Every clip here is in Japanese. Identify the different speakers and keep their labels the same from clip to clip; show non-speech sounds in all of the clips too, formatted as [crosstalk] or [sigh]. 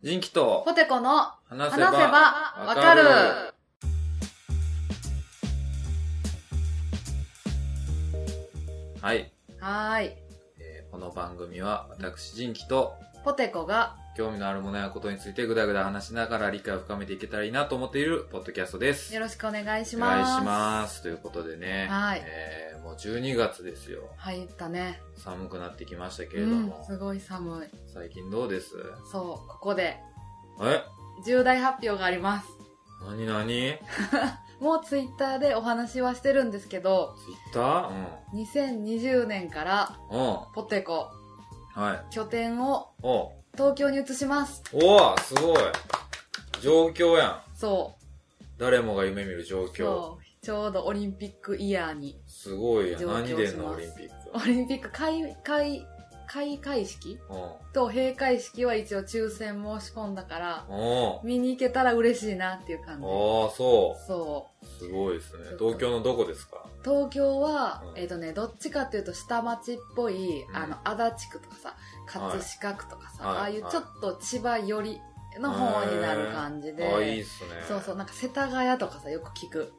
Speaker 1: 人気と
Speaker 2: ポテコの
Speaker 1: 話
Speaker 2: 話
Speaker 1: せ
Speaker 2: せば
Speaker 1: ば
Speaker 2: わかる。
Speaker 1: はい、
Speaker 2: はーい。
Speaker 1: えーこの番組は私人気と
Speaker 2: ポテコが
Speaker 1: 興味のあるものやことについてぐだぐだ話しながら理解を深めていけたらいいなと思っているポッドキャストです。
Speaker 2: よろしくお願いし
Speaker 1: お
Speaker 2: ま
Speaker 1: 願い
Speaker 2: す。
Speaker 1: します。ということでね、
Speaker 2: はい
Speaker 1: えーもう12月ですよ。
Speaker 2: 入ったね。
Speaker 1: 寒くなってきましたけ
Speaker 2: う
Speaker 1: れど
Speaker 2: ん
Speaker 1: も、、
Speaker 2: すごい寒い。
Speaker 1: 最近どうです
Speaker 2: そう、ここで
Speaker 1: え
Speaker 2: 重大発表があります。
Speaker 1: なになに
Speaker 2: もうツイッターでお話はしてるんですけど、
Speaker 1: ツイッターうん。
Speaker 2: 2020年から
Speaker 1: うん。
Speaker 2: ポテコ
Speaker 1: はい。
Speaker 2: 拠点を
Speaker 1: お
Speaker 2: 東京に移します。
Speaker 1: おーすごい状況やん。
Speaker 2: そう。
Speaker 1: 誰もが夢見る状況。
Speaker 2: そうちょうどオリンピックイヤーに。
Speaker 1: すごいやん。
Speaker 2: 上京
Speaker 1: 何でん
Speaker 2: し
Speaker 1: の
Speaker 2: ます
Speaker 1: オリンピック。
Speaker 2: オリンピック開、開、開会式
Speaker 1: うん。
Speaker 2: と閉会式は一応抽選申し込んだから、
Speaker 1: お
Speaker 2: 見に行けたら嬉しいなっていう
Speaker 1: ー
Speaker 2: 感じ。
Speaker 1: ああ、そ。
Speaker 2: そう
Speaker 1: すごいですね
Speaker 2: ちょ。っと
Speaker 1: 東京のどこですか
Speaker 2: う。東京は、
Speaker 1: うん
Speaker 2: えっ、とね、どっちかっていうと下町っぽい、
Speaker 1: うん
Speaker 2: あの、足立区とかさ、葛飾区とかさ、
Speaker 1: はい
Speaker 2: ああいう
Speaker 1: はい
Speaker 2: ちょっと千葉寄りの方になる感じで、
Speaker 1: ああ、いいっすね。
Speaker 2: そうそう、なんか世田谷とかさ、よく聞く。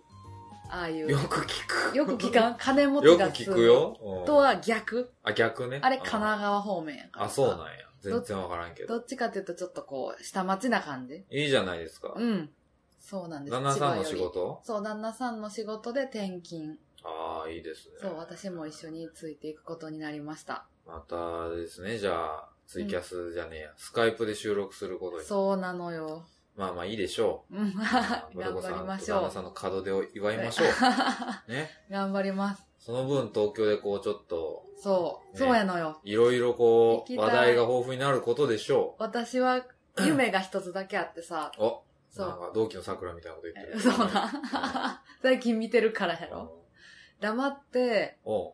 Speaker 2: ああい
Speaker 1: よ
Speaker 2: う。よ
Speaker 1: く聞く。
Speaker 2: く聞かん金持
Speaker 1: よ
Speaker 2: ち
Speaker 1: く
Speaker 2: が住
Speaker 1: 聞
Speaker 2: む
Speaker 1: くよ。うん
Speaker 2: とは逆
Speaker 1: あ、逆ね。
Speaker 2: あれ
Speaker 1: うん
Speaker 2: 神奈川方面やから
Speaker 1: あ、
Speaker 2: さ
Speaker 1: そうなんや。全然わからんけど。
Speaker 2: どっちかっていうとちょっとこう、下町な感じ
Speaker 1: いいじゃないですか。
Speaker 2: うん。そうなんです
Speaker 1: 旦那さんの
Speaker 2: 千葉
Speaker 1: 仕
Speaker 2: 寄り
Speaker 1: 事
Speaker 2: そう、旦那さんの仕事で転勤。
Speaker 1: ああ、いいですね。
Speaker 2: そう、私も一緒についていくことになりました。
Speaker 1: またですね、じゃあ、ツイキャスじゃねえや、スカイプで収録することに。
Speaker 2: そうなのよ。
Speaker 1: まあまあいいでしょ
Speaker 2: うん
Speaker 1: う。
Speaker 2: [laughs] 頑
Speaker 1: まあ
Speaker 2: 張りまし
Speaker 1: 旦
Speaker 2: ょ
Speaker 1: 那
Speaker 2: う
Speaker 1: さんと旦那さんの門出を祝いましょ。
Speaker 2: [laughs]
Speaker 1: う。ね。
Speaker 2: 頑張ります。
Speaker 1: その分東京でこうちょっと、
Speaker 2: そう、
Speaker 1: ね
Speaker 2: そうやのよ。
Speaker 1: いろいろこ
Speaker 2: 行
Speaker 1: う、
Speaker 2: きたい
Speaker 1: 話題が豊富になることでしょ
Speaker 2: 私は夢が一つだけあってさ、
Speaker 1: う。お、
Speaker 2: そ
Speaker 1: なん
Speaker 2: う。
Speaker 1: か同期の桜みたいなこと言って
Speaker 2: え
Speaker 1: る。
Speaker 2: そう [laughs] な。最近見てるからやろ。黙って、
Speaker 1: おう。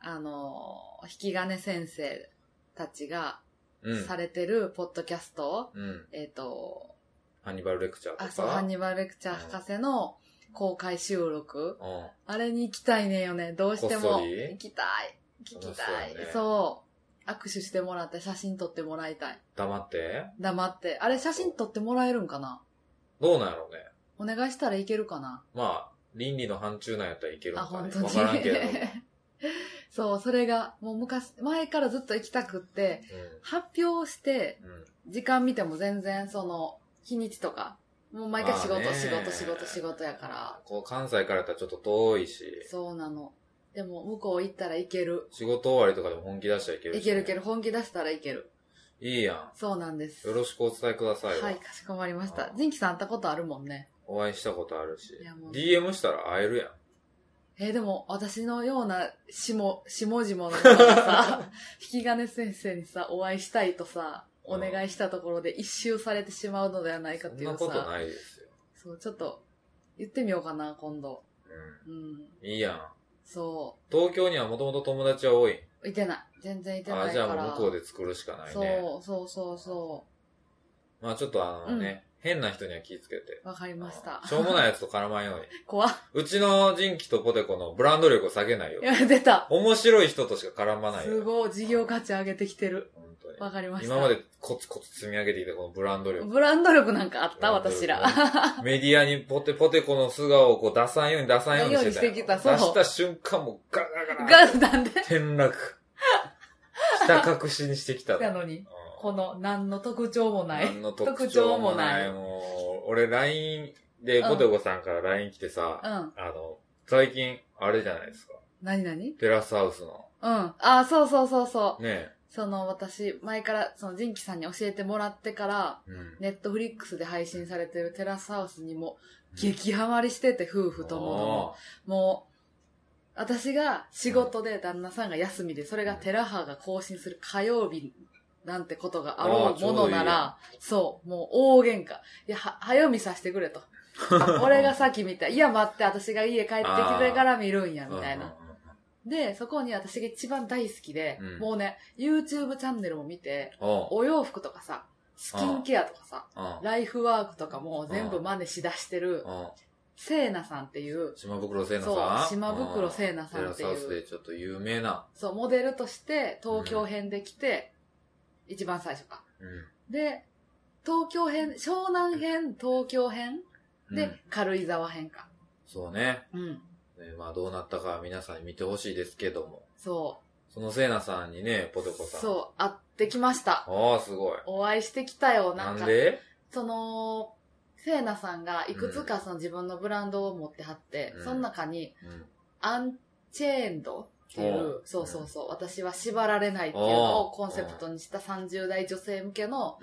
Speaker 2: あの、引き金先生たちが
Speaker 1: うん。
Speaker 2: されてるポッドキャストを、
Speaker 1: うん。
Speaker 2: えっ、と、
Speaker 1: ハンニバルレクチャーとか。
Speaker 2: あ、そう、ハンニバルレクチャー博士の公開収録。
Speaker 1: うん。
Speaker 2: あれに行きたいねんよね。どうして
Speaker 1: こっ
Speaker 2: も。
Speaker 1: そり
Speaker 2: 行きたい。聞きたい。
Speaker 1: 楽し
Speaker 2: そう。握手してもらって写真撮ってもらいたい。
Speaker 1: 黙って。
Speaker 2: 黙って。あれ写真撮ってもらえるんかな
Speaker 1: どうなんやろうね。
Speaker 2: お願いしたらいけるかな
Speaker 1: まあ、倫理の範疇なんやったらいける
Speaker 2: あ、
Speaker 1: のか
Speaker 2: 本
Speaker 1: ね。
Speaker 2: 当に
Speaker 1: わからんけど。う。
Speaker 2: [laughs] そう、それが、もう昔、前からずっと行きたくって、発表して、
Speaker 1: ん。うん。
Speaker 2: 時間見ても全然、その、日にちとか、もう毎回仕事、
Speaker 1: まあね
Speaker 2: 仕事、仕事、仕事やから。
Speaker 1: こう関西からやったらちょっと遠いし、
Speaker 2: そうなの。でも、向こう行ったらいける。
Speaker 1: 仕事終わりとかでも本気出したらいけるし、
Speaker 2: いけるいける。。本気出したらいける。
Speaker 1: いいや
Speaker 2: そうなんです。
Speaker 1: ん。よろしくお伝えくださいよ。
Speaker 2: はい、かしこまりまし
Speaker 1: あ
Speaker 2: た
Speaker 1: ー。
Speaker 2: ジンキさん会ったことあるもんね。
Speaker 1: お会いしたことあるし
Speaker 2: いやも。う
Speaker 1: DM したら会えるやん。
Speaker 2: えーでも、私のような、しも、しもじものような
Speaker 1: [laughs]
Speaker 2: さ、引き金先生にさ、お会いしたいとさ、お願いしたところで一周されてしまうのではないか
Speaker 1: そ
Speaker 2: っ
Speaker 1: ん
Speaker 2: てい
Speaker 1: な
Speaker 2: う
Speaker 1: こと
Speaker 2: さ、
Speaker 1: ないですよ。
Speaker 2: そう、ちょっと、言ってみようかな、今度。うん。
Speaker 1: うん。いいやん。
Speaker 2: そ
Speaker 1: 東京にはもともと友達は多い。
Speaker 2: う。いてない。全然いて
Speaker 1: あ
Speaker 2: ない
Speaker 1: じゃ
Speaker 2: か
Speaker 1: あ
Speaker 2: ら。
Speaker 1: もう向こうで作るしかないね。
Speaker 2: そう、そうそうそ
Speaker 1: まあちょっとあのね、変な人には気ぃつけて。
Speaker 2: う。わかりました
Speaker 1: うん。しょうもないやつと絡まんように。
Speaker 2: 怖っ。
Speaker 1: うちの人気とポテコのブランド力を下げないよ
Speaker 2: い。や、出た。
Speaker 1: 面白い人としか絡まないよ。
Speaker 2: すごい、事業価値上げてきてる。
Speaker 1: 本当に。
Speaker 2: わかりました。
Speaker 1: 今までコツコツ積み上げてきたこのブランド力。
Speaker 2: ブランド力なんかあった私ら。
Speaker 1: メディアにポテポテコの素顔をこう出さんように出さんようにしてたよ。
Speaker 2: 出さんようにしてきたそう
Speaker 1: 出した瞬間もうガラガラ。
Speaker 2: が、なんで
Speaker 1: 転落。下隠しにしてきたの。
Speaker 2: なのに、この何の特徴も
Speaker 1: うん
Speaker 2: ない。
Speaker 1: 何の特徴もない。
Speaker 2: 特徴も
Speaker 1: もう、俺 LINE で、
Speaker 2: うん
Speaker 1: ポテコさんから LINE 来てさ、
Speaker 2: うん。
Speaker 1: あの、最近、あれじゃないですか。
Speaker 2: 何何
Speaker 1: テラスハウスの。
Speaker 2: うん。ああ、そうそうそうそう。
Speaker 1: ね
Speaker 2: その私、前から、そのジンキさんに教えてもらってから、
Speaker 1: え。うん。
Speaker 2: ネットフリックスで配信されてるテラスハウスにも、激ハマりしてて、夫婦ともども。もう、私が仕事で旦那さんが休みで、それがテラハが更新する火曜日なんてことがあろうものなら、そう、もう大喧嘩。いや、は、早読みさせてく [laughs] れと。あ俺が先見た。いや、待って、私が家帰ってきてから見るんや、みたいな。。で、そこに私が一番大好きで、
Speaker 1: うん
Speaker 2: もうね、YouTube チャンネルも見て、
Speaker 1: お
Speaker 2: お洋服とかさ、スキンケアとかさ、
Speaker 1: うん。うん
Speaker 2: ライフワークとかも全部真似しだしてる、
Speaker 1: うん。
Speaker 2: せいなさんっていう、
Speaker 1: 島袋聖奈さん
Speaker 2: そう島袋聖奈さんっていう
Speaker 1: テラスハウスでちょっと有名な。
Speaker 2: そう、モデルとして東京編で来て、一番最初か。
Speaker 1: う
Speaker 2: で、東京編、湘南編、東京編、で、
Speaker 1: うん
Speaker 2: 軽井沢編か。
Speaker 1: そうね。
Speaker 2: うん。
Speaker 1: ねまあどうなったかは皆さんに見てほしいですけども。
Speaker 2: そ
Speaker 1: そのせいなさんにね、ポテ
Speaker 2: う。
Speaker 1: コさん。う。
Speaker 2: そう、会ってきました。
Speaker 1: ああ、すごい。
Speaker 2: お会いしてきたよ、な
Speaker 1: なんん
Speaker 2: か。
Speaker 1: で
Speaker 2: その、せいなさんがいくつかその自分のブランドを持ってはって、
Speaker 1: うん
Speaker 2: その中に、
Speaker 1: うん。
Speaker 2: アンチェーンドってい
Speaker 1: お、
Speaker 2: うそうそうそう、私は縛られないっていうのをコンセプトにした30代女性向けの、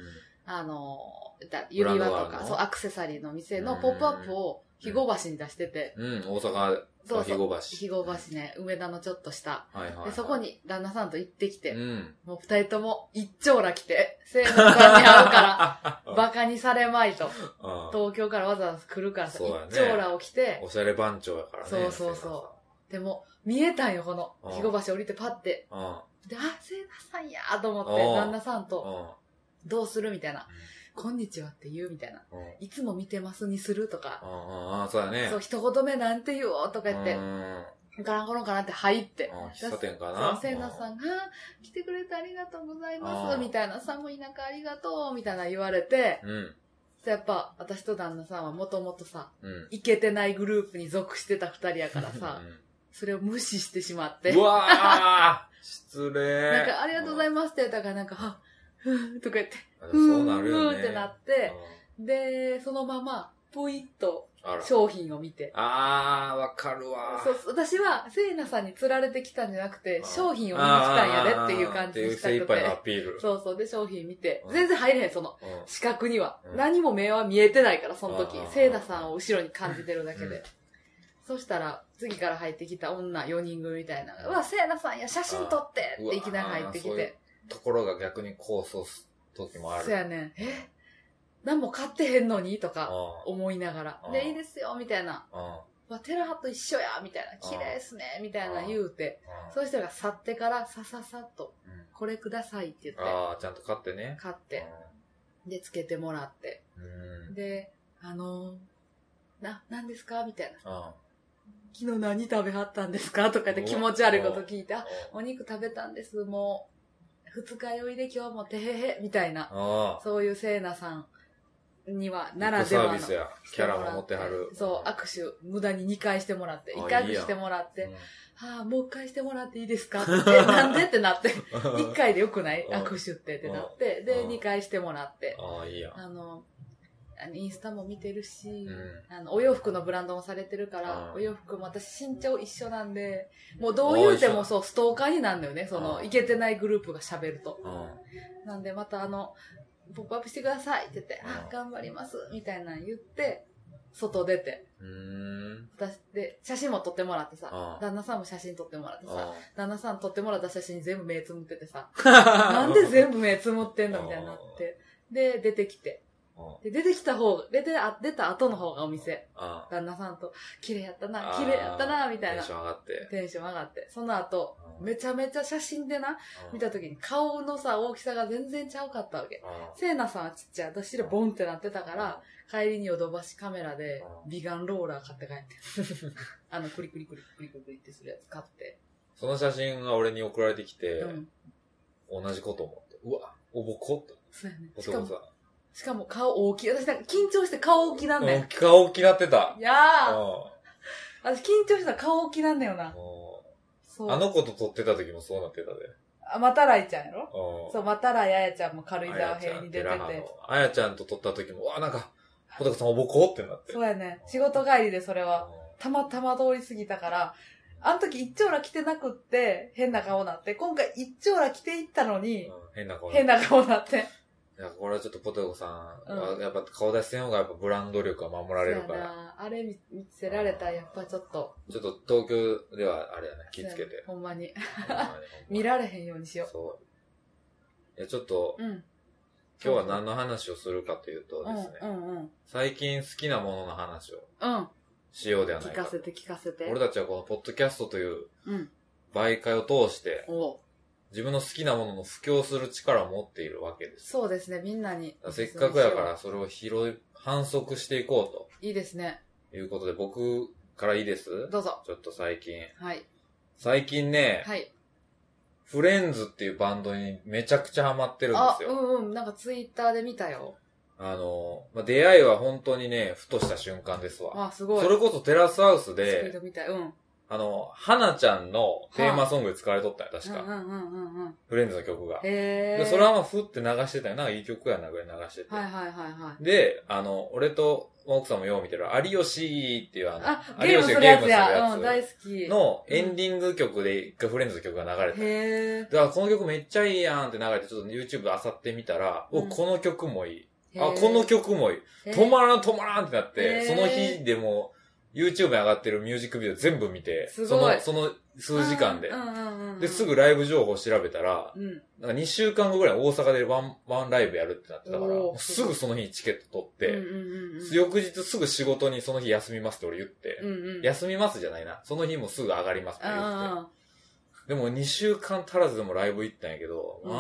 Speaker 2: あの、だ
Speaker 1: ブラン
Speaker 2: 指
Speaker 1: ド
Speaker 2: 輪
Speaker 1: があ
Speaker 2: と
Speaker 1: るの
Speaker 2: か、そう、アクセサリーの店のポップアップを肥後橋に出してて、
Speaker 1: うん。うん、大阪
Speaker 2: そ
Speaker 1: の
Speaker 2: う
Speaker 1: 肥
Speaker 2: そう。
Speaker 1: 後橋。
Speaker 2: 肥後橋ね、梅田のちょっと下。
Speaker 1: 橋。はいはい、はい。
Speaker 2: で、そこに旦那さんと行ってき
Speaker 1: う
Speaker 2: て、
Speaker 1: ん。
Speaker 2: もう二人とも一丁羅来て、せいなさんに会う
Speaker 1: [laughs]
Speaker 2: から、
Speaker 1: ら
Speaker 2: バカにされまいと。
Speaker 1: ああ
Speaker 2: 東京からわざわざ来るからさ、
Speaker 1: そうやね
Speaker 2: 一丁羅を着て、
Speaker 1: おしゃれ番長やからね。
Speaker 2: そうそうそうでも、見えたんよ、この、
Speaker 1: うん
Speaker 2: 肥後橋降りてパッて。
Speaker 1: う。うん。
Speaker 2: で、あ、せいなさんやと思っ
Speaker 1: う
Speaker 2: て、
Speaker 1: ん
Speaker 2: 旦那さんと、
Speaker 1: う
Speaker 2: どうするみたいな。こんにちはって言うみたいな。
Speaker 1: ん。うん。
Speaker 2: いつも見てますにするとか、
Speaker 1: ああ、そうだね。
Speaker 2: そう、一言目なんて言おうとか言って
Speaker 1: う、ん。
Speaker 2: ガランゴロンかなって入って
Speaker 1: あ、喫茶店かな
Speaker 2: そう、セナさんが、来てくれてありがとうございま
Speaker 1: あ
Speaker 2: す、みたいな、寒い中ありがとう、みたいな言われて、
Speaker 1: うん。
Speaker 2: やっぱ、私と旦那さんはもともとさ、
Speaker 1: うん。
Speaker 2: いけてないグループに属してた二人やからさ、それを無視してしまって、
Speaker 1: うん、うわー失礼。
Speaker 2: なんか、ありがとうござい
Speaker 1: ま
Speaker 2: ますって言ったから、なんか、はふーとか言って、
Speaker 1: す。
Speaker 2: ふ
Speaker 1: そうなるよ
Speaker 2: ー
Speaker 1: ね。
Speaker 2: ってな
Speaker 1: う
Speaker 2: っ
Speaker 1: ん
Speaker 2: て、で、そのまま、ぷいっと
Speaker 1: あら。
Speaker 2: 商品を見て、
Speaker 1: あー、わかるわ。
Speaker 2: そうそう私は、セイナさんに釣られてきたんじゃなくて、商品を見に来たんやでっていう感じにした
Speaker 1: あーあーあーっていう精一
Speaker 2: く
Speaker 1: 杯のア
Speaker 2: て。
Speaker 1: ピール。
Speaker 2: そうそう。で、商品見て
Speaker 1: う。ん
Speaker 2: 全然入れへん、その、
Speaker 1: うん
Speaker 2: 視覚には。
Speaker 1: うん
Speaker 2: 何も目は見えてないから、その時
Speaker 1: あー。
Speaker 2: セイナさんを後ろに感じてるだけ
Speaker 1: うん
Speaker 2: で。そしたら、次から入ってきた女4人組みたいなのが、うわ、セイナさんや、写真撮って
Speaker 1: あー
Speaker 2: っていきなり入ってき
Speaker 1: うわーそういう
Speaker 2: て。
Speaker 1: ところが逆に構想す時もある。
Speaker 2: そうやねん。え何も買ってへんのにとか、
Speaker 1: う
Speaker 2: 思いながら
Speaker 1: あ。ー
Speaker 2: で、いいですよ、みたいな。
Speaker 1: ん。うん。うん。
Speaker 2: うわ、テラハと一緒や、みたいな。綺麗っすね、みたいな言うて。
Speaker 1: う
Speaker 2: そういう人が去ってから、さささっと、
Speaker 1: ん
Speaker 2: これくださいって言って、
Speaker 1: あー、ちゃんと買ってね。
Speaker 2: 買って、で、つけてもらって。
Speaker 1: うん。うん。
Speaker 2: で、あのー、な、何ですかみたいな。
Speaker 1: うん
Speaker 2: 昨日何食べはったんですかとかって気持ち悪いこと聞いて、あ、お肉食べたんです、もう、二日酔いで今日もてへへ、みたいな。
Speaker 1: ああ。
Speaker 2: そういうせいなさんには、な
Speaker 1: リ
Speaker 2: ら
Speaker 1: ップ
Speaker 2: で
Speaker 1: サー
Speaker 2: はの。
Speaker 1: ビスや。キャラも持ってはる。
Speaker 2: そう、握手、無駄に2回してもらって、
Speaker 1: あ
Speaker 2: 1回
Speaker 1: いいやん
Speaker 2: してもらって、
Speaker 1: うん
Speaker 2: ああ、もう一回してもらっていいですかって、えなんでってなって。一回でよくない
Speaker 1: うん
Speaker 2: 握手ってってなって、で、
Speaker 1: うん
Speaker 2: 二回してもらって、
Speaker 1: ああ、いいや。
Speaker 2: あの、あのインスタも見てるし
Speaker 1: う、ん。
Speaker 2: あの、お洋服のブランドもされてるから
Speaker 1: う、ん
Speaker 2: お洋服も私身長一緒なんで、もうどう言うて
Speaker 1: あ一緒
Speaker 2: もそう、ストーカーになるんだよね、その、
Speaker 1: うん
Speaker 2: いけてないグループが喋ると。
Speaker 1: うん。
Speaker 2: なんで、またあの、ポップアップしてくださいって言って、
Speaker 1: うん
Speaker 2: あ、頑張ります、みたいなの言って、外出て、
Speaker 1: うーん。
Speaker 2: 私、で、写真も撮ってもらってさ
Speaker 1: う、ん
Speaker 2: 旦那さんも写真撮ってもらってさ、
Speaker 1: あ
Speaker 2: 旦那さん撮ってもらった写真全部目つむっててさ、
Speaker 1: あ
Speaker 2: [laughs] なんで全部目つむってんのみたいになって。で、出てきて。
Speaker 1: うん
Speaker 2: で、出てきた方、出て、あ出た後の方がお店。
Speaker 1: あ
Speaker 2: 旦那さんと、綺麗やったな
Speaker 1: あ、ー
Speaker 2: 綺麗やったな、みたい
Speaker 1: テン
Speaker 2: な
Speaker 1: シ。ョン上がって。
Speaker 2: テンション上がって。その後、
Speaker 1: うん
Speaker 2: めちゃめちゃ写真でな、見た時に顔のさ、大きさが全然ちゃうかったわけ。
Speaker 1: う
Speaker 2: せいなさんはちっちゃい。私らボンってなってたか
Speaker 1: ん
Speaker 2: ら、、帰りにヨドバシカメラで
Speaker 1: う、
Speaker 2: 美顔ローラー買って帰って。 [laughs] あの、クリクリクリクリクリクリってするやつ買って。
Speaker 1: その写真が俺に送られてきて、
Speaker 2: うん。
Speaker 1: 同じこと思って。うわ、おぼこっ
Speaker 2: そうやね。
Speaker 1: と。
Speaker 2: しか
Speaker 1: 男
Speaker 2: も
Speaker 1: さ、
Speaker 2: しかも顔大きい。私なんか緊張して顔大きなんだよ
Speaker 1: うん。顔を嫌ってた
Speaker 2: い。
Speaker 1: う
Speaker 2: や
Speaker 1: ん
Speaker 2: ー、私緊張したら顔大きなんだよな。
Speaker 1: う
Speaker 2: そ
Speaker 1: ん
Speaker 2: う。
Speaker 1: あの子と撮ってた時もそうなってたで。
Speaker 2: あ、またらいちゃんやろ
Speaker 1: うん
Speaker 2: そう、またらいあやちゃんも軽井
Speaker 1: あや
Speaker 2: 沢
Speaker 1: ちゃ
Speaker 2: 編
Speaker 1: ん
Speaker 2: に出て
Speaker 1: 寺派
Speaker 2: て。
Speaker 1: のあやちゃんと撮った時も、うわ、なんか、小高さんおぼこってなって。
Speaker 2: そうやね。仕事帰りでそれは、たまたま通り過ぎたから、あの時一丁羅着てなくって、変な顔なって、今回一丁羅着ていったの
Speaker 1: うん
Speaker 2: に、
Speaker 1: 変な顔
Speaker 2: 変な顔なって。
Speaker 1: いや、これはちょっとポテコさんは、
Speaker 2: うん
Speaker 1: やっぱ顔出しせん方がやっぱブランド力は守られるか
Speaker 2: そうや
Speaker 1: ら、
Speaker 2: なあれ見見せられたらやっぱちょっと。
Speaker 1: ちょっと東京ではあれやね、気つけ
Speaker 2: そうやね
Speaker 1: て。
Speaker 2: ほんまに。
Speaker 1: ほんまに
Speaker 2: [laughs] 見られへんようにしよ
Speaker 1: そう。いや、ちょっと
Speaker 2: う。、うん。
Speaker 1: 今日は何の話をするかというと
Speaker 2: う
Speaker 1: で
Speaker 2: ん、
Speaker 1: すね、
Speaker 2: うん、うん。
Speaker 1: 最近好きなものの話を
Speaker 2: うん。
Speaker 1: しようではな
Speaker 2: 聞
Speaker 1: い
Speaker 2: か
Speaker 1: か
Speaker 2: せて聞かせて。
Speaker 1: 俺たちはこのポッドキャストという
Speaker 2: うん。
Speaker 1: 媒介を通して、
Speaker 2: おう
Speaker 1: 自分の好きなものの布教する力を持っているわけです。
Speaker 2: そうですね、みんなに
Speaker 1: だから。せっかくやから、。それを拾い、反則していこう
Speaker 2: いいですね。
Speaker 1: ということで、僕からいいです
Speaker 2: どうぞ。
Speaker 1: ちょっと最近。
Speaker 2: はい。
Speaker 1: 最近ね、
Speaker 2: はい。
Speaker 1: フレンズっていうバンドにめちゃくちゃハマってるんで
Speaker 2: あ、
Speaker 1: す
Speaker 2: う
Speaker 1: よ。
Speaker 2: んうん。なんかツイッターで見たよ。
Speaker 1: あの、まあ、出会いは本当にね、ふとした瞬間ですわ。
Speaker 2: あ、すごい。
Speaker 1: それこそテラスハウス
Speaker 2: スピー
Speaker 1: で、
Speaker 2: ドみたい。うん。
Speaker 1: あの、花ちゃんのテーマソングで使われとったよ、確
Speaker 2: うんう
Speaker 1: か。
Speaker 2: んうんうんうん。
Speaker 1: フレンズの曲が。
Speaker 2: へえ。
Speaker 1: でそれはまあ、ふって流してたよ。なんかいい曲やな、ぐらい流してて。
Speaker 2: はいはいはいはい。
Speaker 1: で、あの、俺と奥さんもよう見てる、有吉っていうあ
Speaker 2: あ、
Speaker 1: の、
Speaker 2: ゲー
Speaker 1: 有
Speaker 2: ムす
Speaker 1: 吉
Speaker 2: る
Speaker 1: が
Speaker 2: やつや。
Speaker 1: ゲ
Speaker 2: うん、
Speaker 1: ームする
Speaker 2: 大
Speaker 1: や
Speaker 2: 好き。
Speaker 1: つのエンディング曲で一回フレンズの曲が流れて。
Speaker 2: へー
Speaker 1: だからこの曲めっちゃいいやんって流れて、ちょっと YouTube で漁ってみたら、
Speaker 2: うん
Speaker 1: お、この曲もいい。
Speaker 2: へ
Speaker 1: あ、
Speaker 2: ー
Speaker 1: この曲もいい。
Speaker 2: へー
Speaker 1: 止まらん止まらんってなっ
Speaker 2: へ
Speaker 1: て、
Speaker 2: ー
Speaker 1: その日でもう YouTube に上がってるミュージックビデオ全部見て、
Speaker 2: す
Speaker 1: そ
Speaker 2: ごい
Speaker 1: の、その数時間で
Speaker 2: う。んうんうんうん。
Speaker 1: で、す。ぐライブ情報調べたら、
Speaker 2: うん。
Speaker 1: なんか2週間後ぐらい大阪でワン、ワンライブやるってなってたから、
Speaker 2: おー
Speaker 1: もうすぐその日にチケット取
Speaker 2: う
Speaker 1: っ
Speaker 2: ん
Speaker 1: て、
Speaker 2: うんうんうん。
Speaker 1: 翌日すぐ仕事にその日休みますって俺言って、
Speaker 2: うんうん。
Speaker 1: 休みますじゃないな。その日もすぐ上がりますって
Speaker 2: うんう
Speaker 1: 言って。
Speaker 2: んうん。
Speaker 1: でも2週間足らずでもライブ行ったんやけど、
Speaker 2: うん
Speaker 1: ま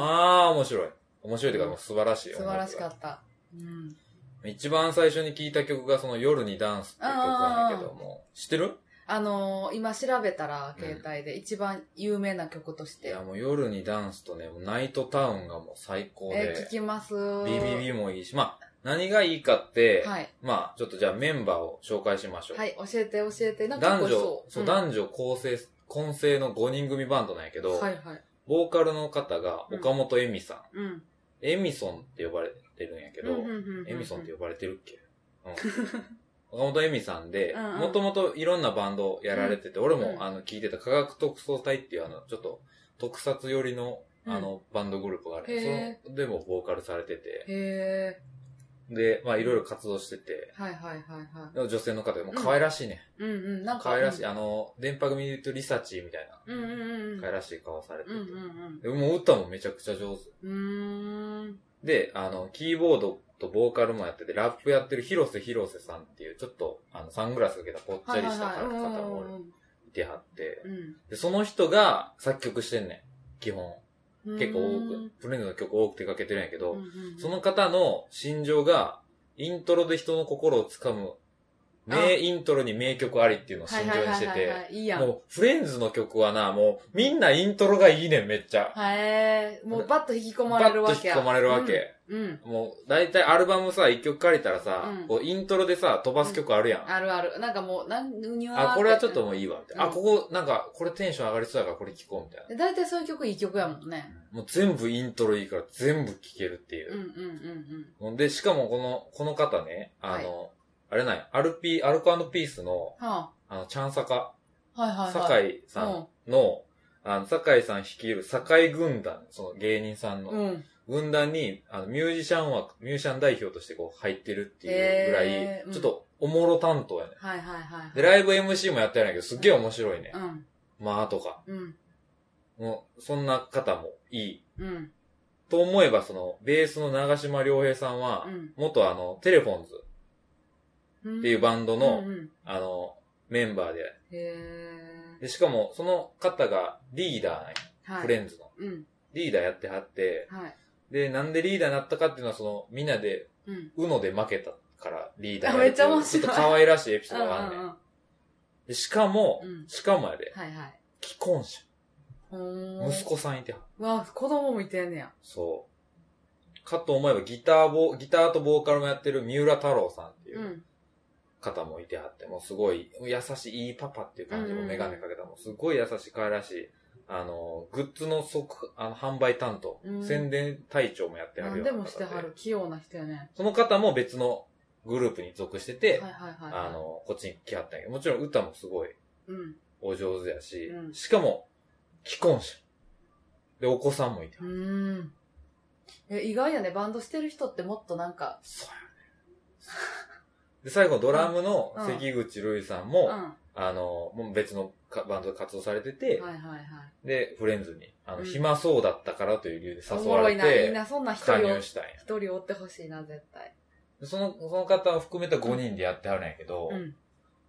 Speaker 1: あ面白い。面白いというかもう素晴らしい。
Speaker 2: 素晴らしかった。うん。
Speaker 1: た。一番最初に聴いた曲がその夜にダンスっていう曲なんやけども、知ってる
Speaker 2: あのー、今調べたら、携帯で一番有名な曲とし
Speaker 1: い
Speaker 2: て
Speaker 1: や。もう夜にダンスとね、もうナイトタウンがもう最高
Speaker 2: えー、
Speaker 1: で
Speaker 2: 聞、きます。
Speaker 1: ビビビもいいし、まあ何がいいかって、
Speaker 2: はい。
Speaker 1: まあちょっとじゃあメンバーを紹介しましょう。
Speaker 2: はい、教えて教えて。なんか
Speaker 1: 男女、
Speaker 2: 結構
Speaker 1: そう
Speaker 2: うん
Speaker 1: 男女構成、混成の5人組バンドなんやけど、
Speaker 2: はいはい。
Speaker 1: ボーカルの方が岡本恵美さん。
Speaker 2: うん。
Speaker 1: エミソンって呼ばれてるんやけど、エミソンって
Speaker 2: いう。
Speaker 1: 呼ばれてるっけ、うん、 [laughs] 岡本エミさんで
Speaker 2: うんう、ん
Speaker 1: もともといろんなバンドやられてて、俺も、
Speaker 2: うん
Speaker 1: あの聞いてた科学特捜隊っていうあの、ちょっと特撮寄りの、
Speaker 2: うん
Speaker 1: あの、バンドグループがあるん
Speaker 2: へ
Speaker 1: で、その、でもボーカルされてて、
Speaker 2: へ
Speaker 1: で、まあいろいろ活動してて、
Speaker 2: ー。はいはいはいは
Speaker 1: でも女性の方でも可愛らしいね。
Speaker 2: い。うんうん。なんか。
Speaker 1: 可愛らしい。
Speaker 2: い。
Speaker 1: あの、電波組で言うとリサチみたい
Speaker 2: うんうんうん。
Speaker 1: な、可愛らしい顔されて
Speaker 2: う
Speaker 1: て
Speaker 2: ん。うん
Speaker 1: でもう歌もめちゃくちゃ上手。
Speaker 2: うん。うーん。
Speaker 1: で、あの、キーボードとボーカルもやってて、ラップやってる広瀬広瀬さんっていう、ちょっと、あの、サングラスかけたぽっちゃりした方
Speaker 2: うんうん
Speaker 1: も
Speaker 2: うん
Speaker 1: いてはって、
Speaker 2: うん
Speaker 1: で、その人が作曲してんねん。基本。
Speaker 2: うん。
Speaker 1: 結構多
Speaker 2: う
Speaker 1: く
Speaker 2: ん、
Speaker 1: フレンズの曲多く手掛けてるんやけど、
Speaker 2: うんうん
Speaker 1: その方の心情が、イントロで人の心をつかむ、
Speaker 2: あ
Speaker 1: 名イントロに名曲ありっていうのを心情にして
Speaker 2: はいはいはいはい
Speaker 1: て、
Speaker 2: はい。いいやん。
Speaker 1: もう、フレンズの曲はな、もう、みんなイントロがいいねん、めっちゃ。
Speaker 2: へー。もうバッと引き込ま
Speaker 1: バ
Speaker 2: れ
Speaker 1: ッ
Speaker 2: る
Speaker 1: と
Speaker 2: わ
Speaker 1: 引き
Speaker 2: けや。
Speaker 1: 込まれるわけ。
Speaker 2: うん。うん。
Speaker 1: もう、大体アルバムさ、一曲借りたらさ、
Speaker 2: うん
Speaker 1: こうイントロでさ、飛ばす曲あるやん。
Speaker 2: あるある。なんかもう、なん、にわー
Speaker 1: あ、これはちょっともういいわ、みたいな。
Speaker 2: うん
Speaker 1: あ、ここ、なんか、これテンション上がりそうだからこれ聴こう、みたいな。
Speaker 2: で大体そういう曲いい曲やもんね。
Speaker 1: もう全部イントロいいから全部聴けるっていう
Speaker 2: うんうん。
Speaker 1: ほんで、しかもこの、この方ね、あの、あれなんや、アルピー、アルコピースの、
Speaker 2: うんうん。は
Speaker 1: あの、ちゃんさか、
Speaker 2: あ。はいはいはい。
Speaker 1: 酒井さんの、あの、酒井さん率いる酒井軍団、その芸人さんの、
Speaker 2: うん。
Speaker 1: 軍団に、あの、ミュージシャン枠、ミュージシャン代表としてこう入ってるっていうぐらい、
Speaker 2: へーうん
Speaker 1: ちょっとおもろ担当やね。
Speaker 2: はいはいはい。
Speaker 1: で、ライブ MC もやってるんやけど、すっげえ面白いね。
Speaker 2: うん。
Speaker 1: まあとか。
Speaker 2: うん。
Speaker 1: もう、そんな方もいい。
Speaker 2: うん。
Speaker 1: と思えば、その、ベースの長島良平さんは、
Speaker 2: うん
Speaker 1: 元あの、テレフォンズ
Speaker 2: うん。
Speaker 1: っていうバンドの、
Speaker 2: うんうん
Speaker 1: あの、メンバーで。
Speaker 2: へ
Speaker 1: で、しかも、その方がリーダーなんや
Speaker 2: ー。はい。
Speaker 1: フレンズの。
Speaker 2: うん。
Speaker 1: リーダーやってはって、
Speaker 2: はい。
Speaker 1: で、なんでリーダーになったかっていうのは、その、みんなで、
Speaker 2: うん。
Speaker 1: うので負けたから、リーダー
Speaker 2: あ
Speaker 1: やる
Speaker 2: めっちゃ面白い
Speaker 1: ちょっと可愛らしいエピソ
Speaker 2: う
Speaker 1: ー
Speaker 2: んう
Speaker 1: ド
Speaker 2: んうん
Speaker 1: があんねん。
Speaker 2: は
Speaker 1: でしかも、
Speaker 2: うん
Speaker 1: しかもやで、
Speaker 2: いはい。
Speaker 1: 既婚者。
Speaker 2: ほーん
Speaker 1: 息。子さんいてはる
Speaker 2: うわ、子供もいてんねや。。
Speaker 1: そう。かと思えばギターボ、ギターとボーカルもやってる三浦太郎さんっていううん方もいてはって、もうすごい優しい、いいパパっていう感じの
Speaker 2: うんうんうん
Speaker 1: メガネかけた、もうすごい優しい、可愛らしい、あの、グッズの即、あの、販売担当、
Speaker 2: うん
Speaker 1: 宣伝隊長もやってはる
Speaker 2: 何
Speaker 1: よう
Speaker 2: で
Speaker 1: な方
Speaker 2: もしてはる。器用な人やね。
Speaker 1: その方も別のグループに属して
Speaker 2: は
Speaker 1: て、
Speaker 2: いはいはいはい。
Speaker 1: あ、の、こっちに来はったんやけど、もちろん歌もすごい
Speaker 2: うん。
Speaker 1: お上手やし、
Speaker 2: うん
Speaker 1: しかも、既婚者。で、お子さんもいて
Speaker 2: う。ーん。え、意外やね。バンドしてる人ってもっとなんか、
Speaker 1: そうやね。で、最後、ドラムの
Speaker 2: うん
Speaker 1: 関口るいさん
Speaker 2: う
Speaker 1: も、
Speaker 2: ん。は
Speaker 1: あの、もう別のかバンドで活動されて
Speaker 2: い
Speaker 1: て、
Speaker 2: はいはい。
Speaker 1: で、フレンズに、あの、
Speaker 2: うん
Speaker 1: 暇そうだったからという理由で
Speaker 2: お
Speaker 1: 誘
Speaker 2: も
Speaker 1: わ
Speaker 2: ろ
Speaker 1: れ
Speaker 2: いな。みん
Speaker 1: て、
Speaker 2: なそんな一人
Speaker 1: 加
Speaker 2: を
Speaker 1: 入、したんや。
Speaker 2: 一人追ってほしいな、絶対。
Speaker 1: でその、その方を含めた5人でやってはるんやけど、
Speaker 2: うん。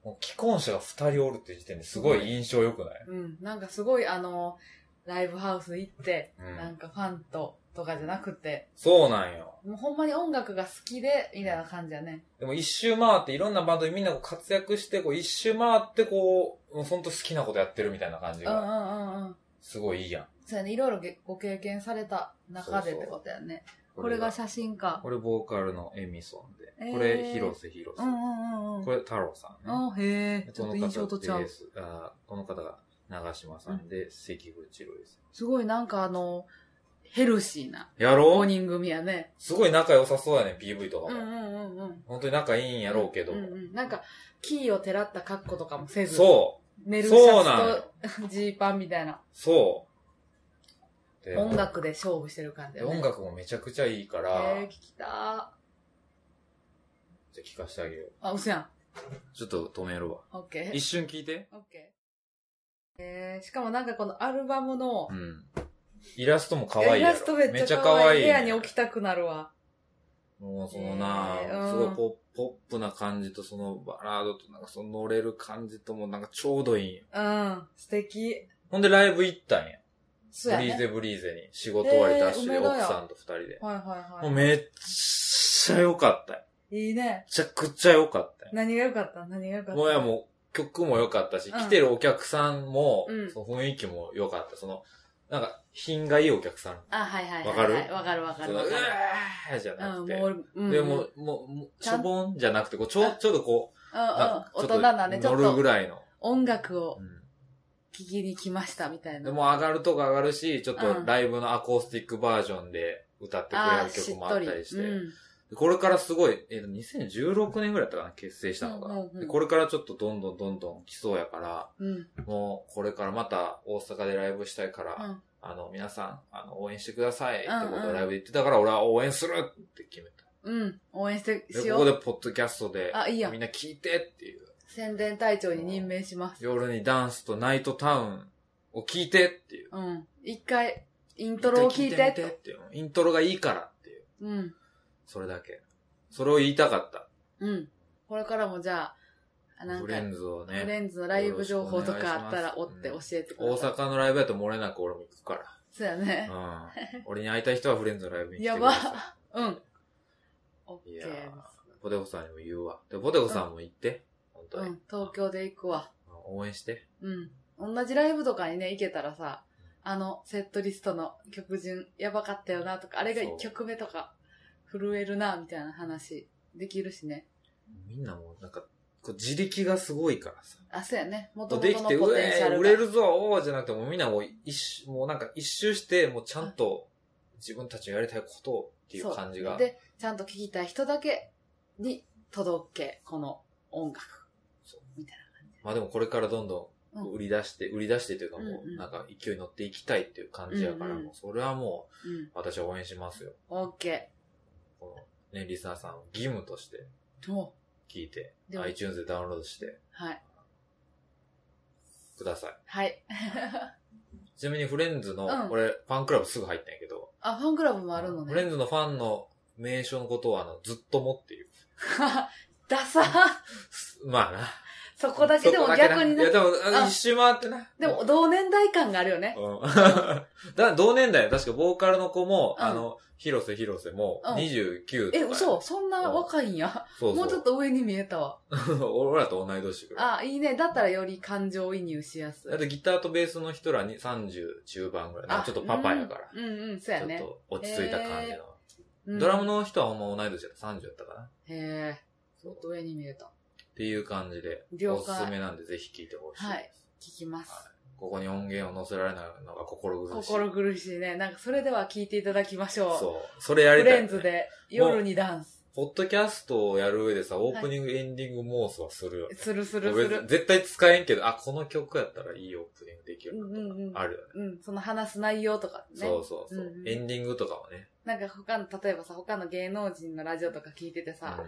Speaker 1: もう既婚者が2人おるって時点ですごい印象良くない、
Speaker 2: うん。なんかすごい、あの、ライブハウス行って、
Speaker 1: う
Speaker 2: なん
Speaker 1: ん、
Speaker 2: かファンと、とかじゃなくて、
Speaker 1: そうなんよ。
Speaker 2: もうほんまに音楽が好きで、みたいな感じやね。
Speaker 1: でも一周回っていろんなバンドでみんなこう活躍して、こう一周回ってこう、もうほんと好きなことやってるみたいな感じ
Speaker 2: うんうん
Speaker 1: が、
Speaker 2: うんうん。
Speaker 1: すごいいいやん。
Speaker 2: そうやね、いろいろげご経験された中でってことやね。これが写真か。
Speaker 1: これボーカルのエミソンで、
Speaker 2: えー
Speaker 1: これ広瀬広
Speaker 2: う
Speaker 1: 瀬、
Speaker 2: んうんうんうん。
Speaker 1: これ太郎さんね。
Speaker 2: あへえ、ち
Speaker 1: こ
Speaker 2: ょっ
Speaker 1: の
Speaker 2: と印象
Speaker 1: 方
Speaker 2: とちゃう
Speaker 1: で。す。あこの方が長島さんで、関口ロイさ。
Speaker 2: すごいなんかあの、ヘルシーなん
Speaker 1: やろ
Speaker 2: 5
Speaker 1: う
Speaker 2: 人組やね。
Speaker 1: すごい仲良さそうやね、PV とか
Speaker 2: うん
Speaker 1: も。
Speaker 2: うんうんうん。
Speaker 1: 本当に仲いいんやろうけど。
Speaker 2: んうん、なんか、キーをてらった格好とかもせず、
Speaker 1: そ
Speaker 2: 寝るシ
Speaker 1: そうなの
Speaker 2: ャツと [laughs] ジーパンみたいな
Speaker 1: う、、そう。で
Speaker 2: 音楽で勝負してる感じ
Speaker 1: で
Speaker 2: だね。
Speaker 1: 音楽もめちゃくちゃいいから、
Speaker 2: えー、聞きたー。
Speaker 1: じゃあ聞かせてあげよう。
Speaker 2: あ、嘘やん。
Speaker 1: ちょっと止めるわ。
Speaker 2: オッケー。
Speaker 1: 一瞬聞いて。
Speaker 2: オッケー。えー、しかもなんかこのアルバムの
Speaker 1: う、ん。イラストも可愛い
Speaker 2: イ
Speaker 1: やろ。
Speaker 2: ラストめっちゃ可愛い。部屋に置きたくなるわ。
Speaker 1: もうそのな、
Speaker 2: えーうん
Speaker 1: すごいポポップな感じと、そのバラードと、なんかその乗れる感じとも、なんかちょうどいいんよ。
Speaker 2: うん、素敵。
Speaker 1: ほんでライブ行ったんや。
Speaker 2: そうや
Speaker 1: ブリー
Speaker 2: ね。
Speaker 1: ゼブリーゼに。仕事終わりダッシュで、
Speaker 2: えー梅田
Speaker 1: 奥
Speaker 2: や
Speaker 1: さんと二人で。
Speaker 2: はいはい
Speaker 1: もう
Speaker 2: は
Speaker 1: めっちゃ良かったよ。
Speaker 2: い。いいね。
Speaker 1: めちゃくちゃ良かったよ。
Speaker 2: 何が良かった何が良かった
Speaker 1: もうやもう曲も良かったし、
Speaker 2: うん
Speaker 1: 来てるお客さんも、
Speaker 2: うん
Speaker 1: その雰囲気も良かった。その、なんか、品がいいお客さん。
Speaker 2: あ、はいはいはい。
Speaker 1: わかる
Speaker 2: わかるわか
Speaker 1: そ
Speaker 2: る
Speaker 1: の
Speaker 2: わ
Speaker 1: う
Speaker 2: か
Speaker 1: わ
Speaker 2: る。
Speaker 1: ーじゃなく
Speaker 2: うん、
Speaker 1: て。
Speaker 2: もう、うん、
Speaker 1: でも、もう、もうし
Speaker 2: ちゃ
Speaker 1: ょ
Speaker 2: ん
Speaker 1: ぼんじゃなくて、こうちょ、ちょうどこう、
Speaker 2: うんうん、
Speaker 1: なんか
Speaker 2: 大人だね、ち
Speaker 1: ちょ
Speaker 2: ょ
Speaker 1: っ
Speaker 2: っ
Speaker 1: と乗る
Speaker 2: と
Speaker 1: ぐらいの。
Speaker 2: 音楽を
Speaker 1: うん
Speaker 2: 聴きに来ましたみたい
Speaker 1: で
Speaker 2: な。
Speaker 1: も上がるとこ上がるし、ちょっ
Speaker 2: う
Speaker 1: と
Speaker 2: ん
Speaker 1: ライブのアコースティックバージョンで歌ってくれ
Speaker 2: あ
Speaker 1: る
Speaker 2: ーし
Speaker 1: 曲
Speaker 2: っ
Speaker 1: もあ
Speaker 2: と
Speaker 1: っ
Speaker 2: り。
Speaker 1: たりして。
Speaker 2: うん
Speaker 1: でこれからすごい、えっ、と、2016年ぐらいだったかな、結成したのが、
Speaker 2: うんうんうん
Speaker 1: で。これからちょっとどんどんどんどん来そうやから、
Speaker 2: うん。
Speaker 1: もうこれからまた大阪でライブしたいから、
Speaker 2: うん
Speaker 1: あの、皆さん、あの、応援してくださいってこ
Speaker 2: うん
Speaker 1: と
Speaker 2: う
Speaker 1: を
Speaker 2: ん
Speaker 1: ライブで言ってたから、俺は応援するって決めた。
Speaker 2: うん。応援して、し
Speaker 1: で、こ
Speaker 2: よ
Speaker 1: こで
Speaker 2: う。
Speaker 1: ポッドキャストで、
Speaker 2: あ、いいや
Speaker 1: みん。な聞いてっていう。
Speaker 2: 宣伝隊長に任命します。
Speaker 1: 夜にダンスとナイトタウンを聞いてっていう。
Speaker 2: うん。一回、イントロを聞い
Speaker 1: 一回
Speaker 2: て
Speaker 1: 聞みっていう。イントロがいいからっていう。
Speaker 2: と。うん。
Speaker 1: それだけ。それを言いたかった。
Speaker 2: うん。これからもじゃあ、なん
Speaker 1: フ
Speaker 2: か、
Speaker 1: レンズを
Speaker 2: フ
Speaker 1: ね。
Speaker 2: レンズのライブ情報とかあったら
Speaker 1: よろしくお願いし
Speaker 2: 追
Speaker 1: ます
Speaker 2: って教えてく
Speaker 1: 大
Speaker 2: ださい。
Speaker 1: 阪のライブやと漏れなく俺も行くか
Speaker 2: そうやね。
Speaker 1: ら。
Speaker 2: [laughs]
Speaker 1: うん。俺に会いたい人はフレンズのライブに来て
Speaker 2: や
Speaker 1: くだ
Speaker 2: ば
Speaker 1: さい。。
Speaker 2: うん。オッ
Speaker 1: い
Speaker 2: ケ
Speaker 1: や
Speaker 2: ーです。
Speaker 1: ーポテコさんにも言うわ。で、ポテコさんも行って。本当
Speaker 2: う
Speaker 1: に、
Speaker 2: ん。東京で行くわ。
Speaker 1: 応援して。
Speaker 2: うん。同じライブとかにね、行けたらさ、あの、セットリストの曲順、やばかったよなとか、あれが
Speaker 1: そう
Speaker 2: 1曲目とか、震えるな、みたいな話、できるしね。
Speaker 1: みんなもうなんか、こう自力がすごいからさ。
Speaker 2: あ、そうやね。もともと
Speaker 1: で
Speaker 2: の
Speaker 1: き
Speaker 2: ポ
Speaker 1: て、う
Speaker 2: テンシ
Speaker 1: え
Speaker 2: ャ
Speaker 1: ー
Speaker 2: ル
Speaker 1: 売
Speaker 2: が
Speaker 1: れ。るぞおーじゃなくて、もうみんなもう一周、もうなんか一周して、もうちゃんと自分たちのやりたいことをっていう感じ
Speaker 2: そ
Speaker 1: が。
Speaker 2: うで、ちゃんと聴きたい人だけに届け、この音楽。
Speaker 1: そう
Speaker 2: みたいな
Speaker 1: まあでもこれからどんどん
Speaker 2: うん
Speaker 1: 売り出して、売り出してというかも
Speaker 2: うんう
Speaker 1: う、
Speaker 2: ん
Speaker 1: なんか勢いに乗っていきたいっていう感じやから、
Speaker 2: うんうん
Speaker 1: もうそれはもう
Speaker 2: うん。
Speaker 1: 私は応援しますよ。
Speaker 2: オッケ
Speaker 1: このね、リスナーさんを義務として
Speaker 2: ー。お
Speaker 1: 聞いて、
Speaker 2: でも
Speaker 1: iTunes でダウンロードして
Speaker 2: はい。
Speaker 1: ください。
Speaker 2: はい。
Speaker 1: ちなみにフレンズの、
Speaker 2: うん
Speaker 1: 俺、ファンクラブすぐ入ったんやけど、
Speaker 2: あ、ファンクラブもあるの
Speaker 1: フレ
Speaker 2: ね。
Speaker 1: ンズのファンの名称のことをあの、ずっともっていう。
Speaker 2: [laughs] ダサ
Speaker 1: [laughs] まあな。
Speaker 2: そこだけでも逆に
Speaker 1: な。
Speaker 2: ない
Speaker 1: や、。でも、あの
Speaker 2: あ
Speaker 1: 一周回ってな。
Speaker 2: でも、同年代感があるよね。
Speaker 1: うん。 [laughs] だから同年代、確かボーカルの子も、
Speaker 2: うん
Speaker 1: あの、広瀬広瀬も
Speaker 2: うん
Speaker 1: 29とか
Speaker 2: え、
Speaker 1: や。
Speaker 2: 嘘そんな若いんや。
Speaker 1: そうそう。
Speaker 2: もうちょっと上に見えたわ。
Speaker 1: [laughs] 俺らと同い年ぐらい。
Speaker 2: あ、いいね。だったらより感情移入しやすい
Speaker 1: だっ。てギターとベースの人らに30中盤ぐらい。なんかちょっとパパやから。
Speaker 2: うんうんうん、そうや
Speaker 1: ち
Speaker 2: ね
Speaker 1: ょ。っと落ち着いた感じの。
Speaker 2: うん
Speaker 1: ドラム。の人はほんま同い年だった。30やったかな。っ
Speaker 2: へえ。ちょっと上に見えた。
Speaker 1: ていう感じで、
Speaker 2: 了
Speaker 1: お
Speaker 2: 解
Speaker 1: すすめなんでぜひ聴いてほしいです。
Speaker 2: はい聞きます。
Speaker 1: ここに音源を載せられないのが心苦しい。
Speaker 2: 心苦しいね。なんかそれでは聞いていただきましょ
Speaker 1: そう。それや
Speaker 2: う。フ
Speaker 1: りたい、
Speaker 2: レンズ。で夜にダンス。
Speaker 1: ポッドキャストをやる上でさ、オープニング、エンディング妄想はするよね。
Speaker 2: するするす
Speaker 1: 別に
Speaker 2: る。
Speaker 1: 絶対使えんけど、あ、この曲やったらいいオープニングできるなとか、
Speaker 2: うんうんうん
Speaker 1: あるよね。
Speaker 2: うん、その話す内容とかね。
Speaker 1: そうそうそう、
Speaker 2: うんうん
Speaker 1: エンディングとかもね。
Speaker 2: なんか他の、例えばさ、他の芸能人のラジオとか聞いててさ、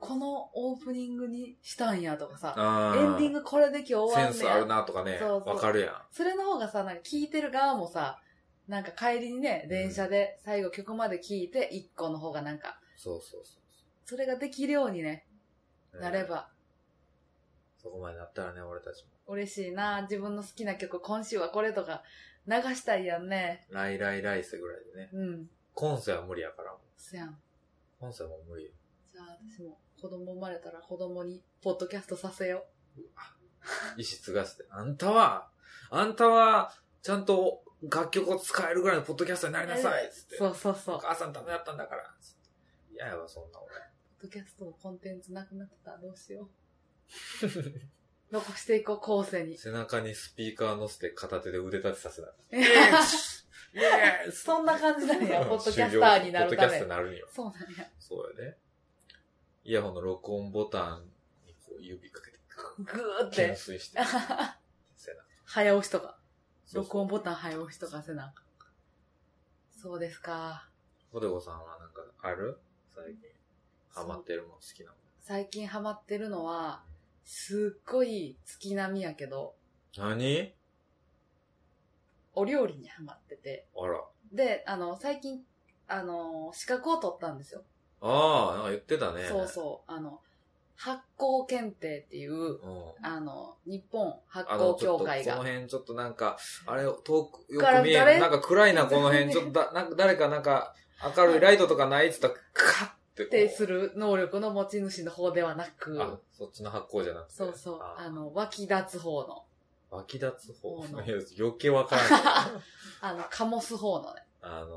Speaker 2: このオープニングにしたんやとかさ、エンディン
Speaker 1: グ
Speaker 2: グこれで今日終
Speaker 1: セ
Speaker 2: わ
Speaker 1: ン
Speaker 2: んね
Speaker 1: スある
Speaker 2: や。
Speaker 1: なとかね、
Speaker 2: そうそう
Speaker 1: わかるやん。
Speaker 2: それの方がさ、なんか聞いてる側もさ、なんか帰りにね、電車で最後曲まで聞いて、一個の方がなんか、
Speaker 1: そうそうそ
Speaker 2: それができるようにね、
Speaker 1: ううん。
Speaker 2: なれば
Speaker 1: そこまでなったらね、俺たちも。
Speaker 2: 嬉しいな。自分の好きな曲、今週はこれとか流したいやんね。
Speaker 1: ライライライスぐらいでね。
Speaker 2: うん。
Speaker 1: コンセは無理やから。
Speaker 2: そやん。
Speaker 1: コンセもう無理よ。
Speaker 2: じゃあ私も子供生まれたら子供にポッドキャストさせよ
Speaker 1: 意思継がせて。あんたは、あんたは、ちゃんと楽曲を使えるぐらいのポッドキャストになりなさいっつって。
Speaker 2: そうそうそう。
Speaker 1: お
Speaker 2: ポッ
Speaker 1: 母さんダメだったんだからつって。いやいや、そんな俺。
Speaker 2: ドキャストのコンテンツなくなってたらどうしよ [laughs] う。残していこう、後世に。
Speaker 1: 背中にスピーカー乗せて片手で腕立てさせた。
Speaker 2: え [laughs] そんな感じなんや、ポッドキャスターになる
Speaker 1: ポッ
Speaker 2: た
Speaker 1: ドキャスター。
Speaker 2: め
Speaker 1: になるんよ。
Speaker 2: そうなんや。
Speaker 1: そうやね。イヤホンの録音ボタンにこう指かけて、
Speaker 2: ぐーっ
Speaker 1: 懸
Speaker 2: て。 [laughs]
Speaker 1: 垂して。せな
Speaker 2: 早押しとか。
Speaker 1: そう
Speaker 2: 録
Speaker 1: そう
Speaker 2: 音ボタン早押しとかせなあかん。そうですか。
Speaker 1: ほでこさんはなんかある最近。ハマってるもん好きなも
Speaker 2: 最近ハマってるのは、すっごい月並みやけど、
Speaker 1: ん。何
Speaker 2: お料理にハマってて。
Speaker 1: あら。
Speaker 2: で、あの、最近、あの、資格を取ったんですよ。
Speaker 1: ああ、なんか言ってたね。
Speaker 2: そうそう。あの、発行検定っていう、
Speaker 1: うん。
Speaker 2: あの、日本発
Speaker 1: あの、
Speaker 2: 行
Speaker 1: ちょっと、
Speaker 2: 協
Speaker 1: こ
Speaker 2: 会
Speaker 1: の
Speaker 2: が。
Speaker 1: 辺ちょっとなんか、あれ、遠く、よ
Speaker 2: から
Speaker 1: く見え
Speaker 2: 誰
Speaker 1: る。なんか暗いな、この辺。
Speaker 2: [laughs]
Speaker 1: ちょっとだ、なんか誰かなんか、明るいライトとかないって言ったら、カッてこう。
Speaker 2: 定する能力の持ち主の方ではな
Speaker 1: あ
Speaker 2: く、、
Speaker 1: そっちの発行じゃなくて。
Speaker 2: そうそう、あ
Speaker 1: あ
Speaker 2: の、湧き立つ方の、
Speaker 1: 湧き立つ方。
Speaker 2: そうなの
Speaker 1: いや余計わからない。
Speaker 2: [laughs] あの、醸す方のね、
Speaker 1: あの、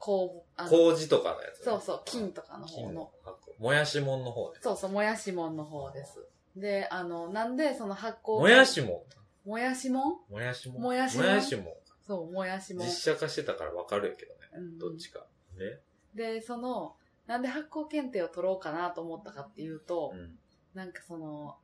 Speaker 2: こう、あの、
Speaker 1: 麹とかのやつね。
Speaker 2: そうそう、金とかの方
Speaker 1: 金
Speaker 2: の
Speaker 1: の、発酵。もやしもんの方ね。
Speaker 2: そうそう、もやしもんの方です。で、あの、なんでその発行、
Speaker 1: もやしも
Speaker 2: もやしも
Speaker 1: ん。
Speaker 2: ん
Speaker 1: もやしもん。
Speaker 2: もやしもん
Speaker 1: もやしもん。
Speaker 2: そう、もやしもん
Speaker 1: 実。写化してたからわかるやけどね。
Speaker 2: うん
Speaker 1: どっちか。ね。
Speaker 2: で、その、なんで発行検定を取ろうかなと思ったかっていうと、
Speaker 1: うん。
Speaker 2: なんかその、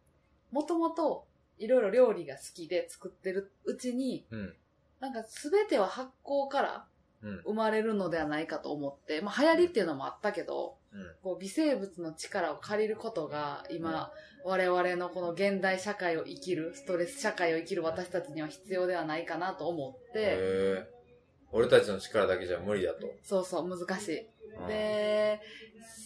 Speaker 2: もともといろいろ料理が好きで作ってるうちに、
Speaker 1: うん。
Speaker 2: なんか全ては発酵から
Speaker 1: うん。
Speaker 2: 生まれるのではないかと思って、まあ流行りっていうのもあったけど、
Speaker 1: うん。
Speaker 2: こう微生物の力を借りることが今、我々のこの現代社会を生きる、ストレス社会を生きる私たちには必要ではないかなと思って、
Speaker 1: へえ。俺たちの力だけじゃ無理だと。
Speaker 2: そうそう、難しい。
Speaker 1: うん、
Speaker 2: で、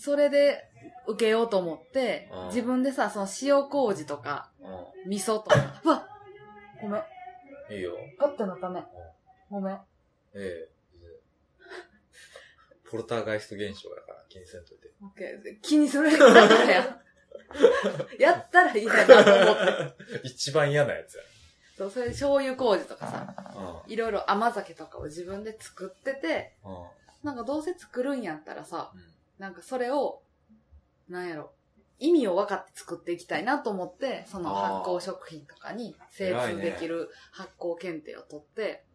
Speaker 2: それで受けようと思って
Speaker 1: うん、
Speaker 2: 自分でさ、その塩麹とか、
Speaker 1: う
Speaker 2: 味噌とか、うわごめん、
Speaker 1: ん。いいよ。
Speaker 2: ガッてなったね。ごめん。
Speaker 1: え [laughs] え。ポルターガイスト現象だから気にせんといて。
Speaker 2: オッケー気にするだから [laughs] や。やったらいいやなと思って。 [laughs]
Speaker 1: 一番嫌なやつや。
Speaker 2: そう、それで醤油麹とかさ、
Speaker 1: う
Speaker 2: いろいろ甘酒とかを自分で作ってて、
Speaker 1: ん。うん。
Speaker 2: なんかどうせ作るんやったらさ、
Speaker 1: うん
Speaker 2: なんかそれを、なんやろ、意味を分かって作っていきたいなと思って、その
Speaker 1: あー
Speaker 2: 発酵食品とかに精通できる発酵検定を取って、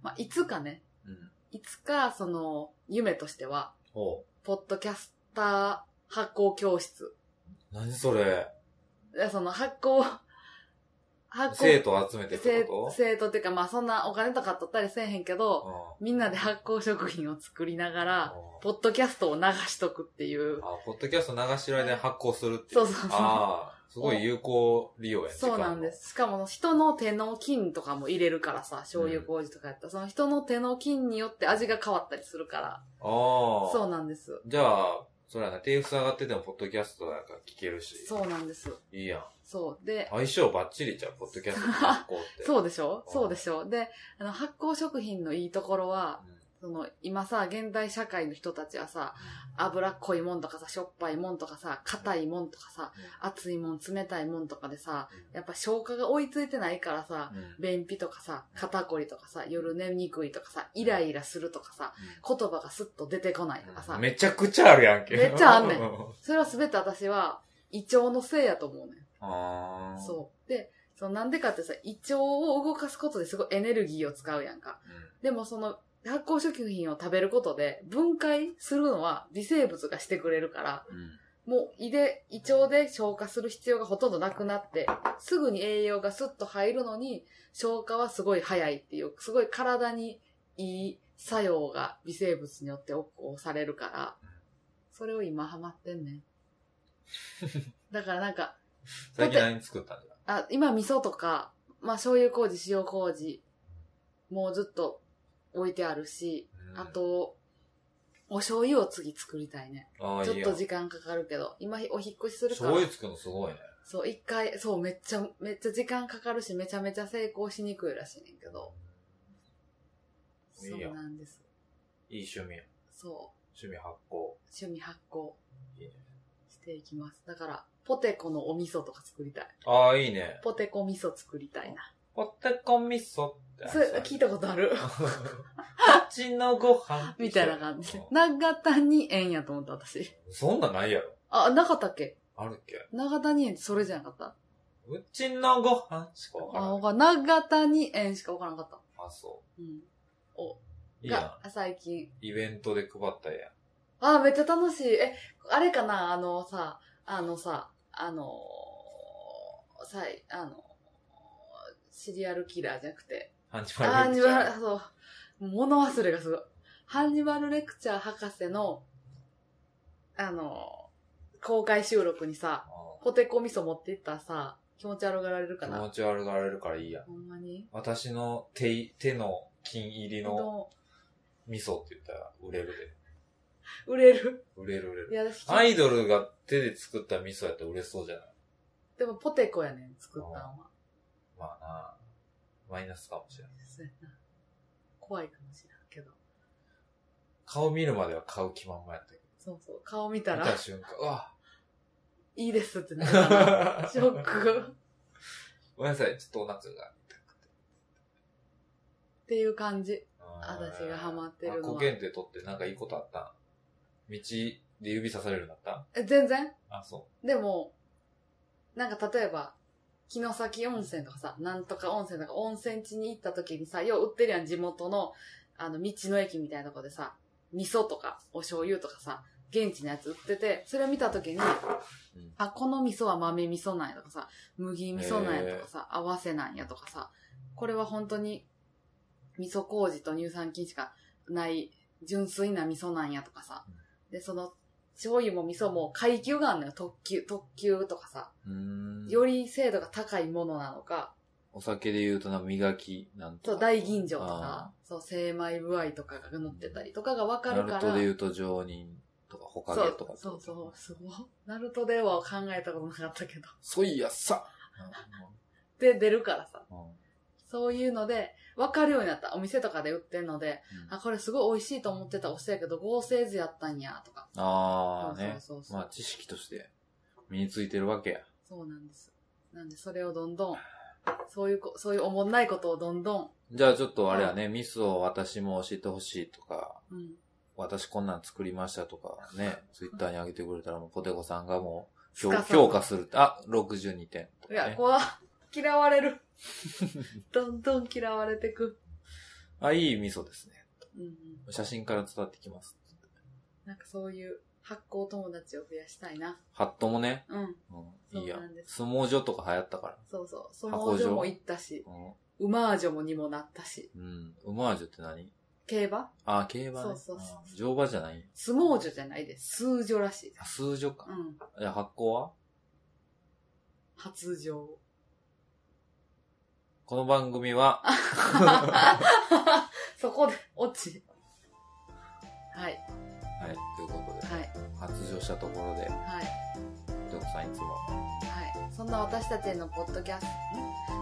Speaker 2: まあ、いつかね、
Speaker 1: うん。
Speaker 2: いつかその、夢としては、
Speaker 1: おう
Speaker 2: ポッドキャスター発酵教室。
Speaker 1: 何それ
Speaker 2: いやその発酵、発
Speaker 1: 生徒を集めてって
Speaker 2: 生
Speaker 1: こと
Speaker 2: 生徒っていうか、まあそんなお金とか取ったりせえへんけど、
Speaker 1: うん
Speaker 2: みんなで発酵食品を作りながら、
Speaker 1: うん
Speaker 2: ポッドキャストを流しとくっていう。
Speaker 1: あ、ポッドキャスト流してる間に発行するってい。
Speaker 2: そううそうそう。
Speaker 1: ああ、すごい有効利用や
Speaker 2: そうなんで。す。しかも、人の手の菌とかも入れるからさ、醤油麹とかやったら、その人の手の菌によって味が変わったりするから。
Speaker 1: 時間もああ。
Speaker 2: そうなんです。
Speaker 1: じゃあ、それはね、手塞がっててもポッドキャストなんか聞けるし。
Speaker 2: そうなんです。
Speaker 1: いいやん。
Speaker 2: そう。で、
Speaker 1: 相性バッチリじゃん、ポッドキャスト
Speaker 2: [laughs]
Speaker 1: の発行って。
Speaker 2: そうでしょ
Speaker 1: うん
Speaker 2: そうでしょで、あの、発酵食品のいいところは、
Speaker 1: うん。
Speaker 2: その、今さ、現代社会の人たちはさ、脂っこいもんとかさ、しょっぱいもんとかさ、硬いもんとかさ、熱いもん、冷たいもんとかでさ、やっぱ消化が追いついてないからさ、
Speaker 1: うんうん
Speaker 2: 便秘とかさ、肩こりとかさ、夜寝にくいとかさ、イライラするとかさ、言葉がスッと出てこないとかさ、
Speaker 1: めちゃくちゃあるやんけ。
Speaker 2: めっちゃあんねん
Speaker 1: う
Speaker 2: それは全て私は胃腸のせいやと思うねん。
Speaker 1: [laughs] ああ。
Speaker 2: そう。で、そのなんでかってさ、胃腸を動かすことですごいエネルギーを使うやんか。
Speaker 1: う
Speaker 2: でもその発酵食品を食べることで分解するのは微生物がしてくれるから、
Speaker 1: ん。うん。
Speaker 2: もう胃で、胃腸で消化する必要がほとんどなくなって、すぐに栄養がスッと入るのに、消化はすごい早いっていう、すごい体にいい作用が微生物によって起こされるから、それを今ハマってんねん。だからなんか、
Speaker 1: 最近何作ったんだ
Speaker 2: あ、今味噌とか、まあ醤油麹、塩�øji、もうずっと置いてあるし、
Speaker 1: うん
Speaker 2: あと、お醤油を次作りたいね。
Speaker 1: ああ、
Speaker 2: ちょ
Speaker 1: いい
Speaker 2: っ
Speaker 1: や
Speaker 2: と
Speaker 1: ん。
Speaker 2: 時間かかるけど、今お引っ越しするか
Speaker 1: 醤
Speaker 2: ら、
Speaker 1: 油作るのすごいね。
Speaker 2: そう、一回、そう、めっちゃ、めっちゃ時間かかるし、めちゃめちゃ成功しにくいらしいねんけど、
Speaker 1: いい
Speaker 2: そ
Speaker 1: や
Speaker 2: うなんです。
Speaker 1: いい趣味や。
Speaker 2: そ
Speaker 1: 趣味発行。
Speaker 2: う、趣味発酵
Speaker 1: いいね
Speaker 2: していきます。だから、ポテコのお味噌とか作りたい。
Speaker 1: ああ、いいね。
Speaker 2: ポテコ味噌作りたいな。
Speaker 1: ポテコ味噌ってって。
Speaker 2: それ聞いたこと
Speaker 1: [laughs]
Speaker 2: ある。
Speaker 1: うちのご飯
Speaker 2: みたいな感じ
Speaker 1: うん。
Speaker 2: 長谷園やと思った、私。
Speaker 1: そんなんないやろ。
Speaker 2: あ、なかったっけ
Speaker 1: あるっけ
Speaker 2: 長谷園ってそれじゃなかった
Speaker 1: うちのご飯しかわから
Speaker 2: あ、
Speaker 1: ん。
Speaker 2: わかん長谷園しかわからなかった。
Speaker 1: あ、そ
Speaker 2: うん。
Speaker 1: う。いいや
Speaker 2: が、最近。
Speaker 1: ん。イベントで配ったやん。
Speaker 2: あー、めっちゃ楽しい。え、あれかなあのさ、あのさ、あのー、さい、あのー、シリアルキラーじゃなくて、
Speaker 1: ハンチマル
Speaker 2: ハン
Speaker 1: レ
Speaker 2: ニ
Speaker 1: クチャー
Speaker 2: バル、そう、物忘れがすごい。ハンニバルレクチャー博士の、あのー、公開収録にさ、
Speaker 1: う
Speaker 2: ポテコ味噌持っていったらさ、気持ち悪がられるか
Speaker 1: ん気持
Speaker 2: な
Speaker 1: ち悪がられるからいいやん。
Speaker 2: ほんまに
Speaker 1: 私の手、手の金入りの
Speaker 2: の
Speaker 1: 味噌って言ったら売れるで。
Speaker 2: 売れる。
Speaker 1: 売れる売れ
Speaker 2: い
Speaker 1: る。
Speaker 2: や、私、
Speaker 1: アイドルが手で作った味噌やったら売れそうじゃない
Speaker 2: でもポテコやねん、作ったんは。
Speaker 1: まあなマイナスかもしれない。
Speaker 2: そうやな怖いかもしれんけど。
Speaker 1: 顔見るまでは買う気満々やったけ
Speaker 2: そうそう。顔見た
Speaker 1: ど。
Speaker 2: ら
Speaker 1: 見、た瞬間、うわ
Speaker 2: いいですってなったなショック。
Speaker 1: [laughs] ごめんなさい、ちょっとお腹が痛くて。
Speaker 2: っていう感じ。
Speaker 1: うん
Speaker 2: 私がハマってるのは
Speaker 1: あ保険って取ってなんかいいことあった道で指さされるんだった
Speaker 2: え全然
Speaker 1: あ、そ
Speaker 2: でも、なんか例えば、城崎温泉とかさ、なんとか温泉とか温泉地に行った時にさ、よう売ってるやん、地元の、あの、道の駅みたいなとこでさ、味噌とか、お醤油とかさ、現地のやつ売ってて、それを見た時に、
Speaker 1: うん
Speaker 2: あ、この味噌は豆味噌なんやとかさ、麦味噌なんやとかさ、合わせなんやとかさ、これは本当に、味噌麹と乳酸菌しかない純粋な味噌なんやとかさ、で、その、醤油も味噌も階級があるのよ。特級、特級とかさ。
Speaker 1: う。うーん
Speaker 2: より精度が高いものなのか、
Speaker 1: お酒で言うとな、磨き、なんと
Speaker 2: そう、大吟醸とか
Speaker 1: あ、
Speaker 2: そう、精米具合とかが載ってたりとかがわかる
Speaker 1: ナ
Speaker 2: から。
Speaker 1: ルトで言うと常人とか、ほか
Speaker 2: そ
Speaker 1: げ
Speaker 2: う
Speaker 1: とか。
Speaker 2: そうそう、すごい。ナルトでは考えたことなかったけど。
Speaker 1: そいやさ
Speaker 2: で、出るからさ。
Speaker 1: うんうんうん
Speaker 2: そういうので、わかるようになった。お店とかで売ってんので、あ、これすごい美味しいと思ってたお酒やけど、合成図やったんや、とか。
Speaker 1: あーね。
Speaker 2: そうそうそうそう、
Speaker 1: まあ、知識として身についてるわけや。
Speaker 2: そうなんです。なんで、それをどんどん、そういうこ、そういうおもんないことをどんどん、
Speaker 1: じゃあちょっとあれやね、ミスを私も教えてほしいとか、
Speaker 2: うん、
Speaker 1: 私こんなん作りましたとかね、ツイッターに上げてくれたらもうポテコさんがもう
Speaker 2: す
Speaker 1: 評
Speaker 2: かさず
Speaker 1: 評価するって。あ、62点と
Speaker 2: い
Speaker 1: か、
Speaker 2: や、
Speaker 1: ね。
Speaker 2: 怖っ嫌われる。 [laughs] どんどん嫌われてく。
Speaker 1: あ、いい味噌ですね。
Speaker 2: うんうん。
Speaker 1: 写真から伝わってきます。
Speaker 2: なんかそういう発酵友達を増やしたいな。
Speaker 1: ハットもね、
Speaker 2: うん。
Speaker 1: うん、いいや
Speaker 2: そうなんで。す
Speaker 1: 相撲所とか流行ったから。
Speaker 2: そうそう。そ
Speaker 1: 発酵
Speaker 2: の
Speaker 1: 所
Speaker 2: 女も行ったし、ウマージョもにもなったし。
Speaker 1: うん、うん、ウマージュって何
Speaker 2: 競馬
Speaker 1: あ、競馬ね。
Speaker 2: そうそうそうん
Speaker 1: 乗馬じゃない
Speaker 2: 相撲女じゃないです。数女らしいです。
Speaker 1: あ、数女か
Speaker 2: う。ん。
Speaker 1: じゃあ発行は
Speaker 2: 発 [laughs] 情。
Speaker 1: この番組は、
Speaker 2: そこで、落ち。は
Speaker 1: は
Speaker 2: い、
Speaker 1: い、ということで、
Speaker 2: はい、
Speaker 1: 発情したところで、
Speaker 2: はい。
Speaker 1: ポテコさんいつも
Speaker 2: はい、そんな私たちへのポッドキャストん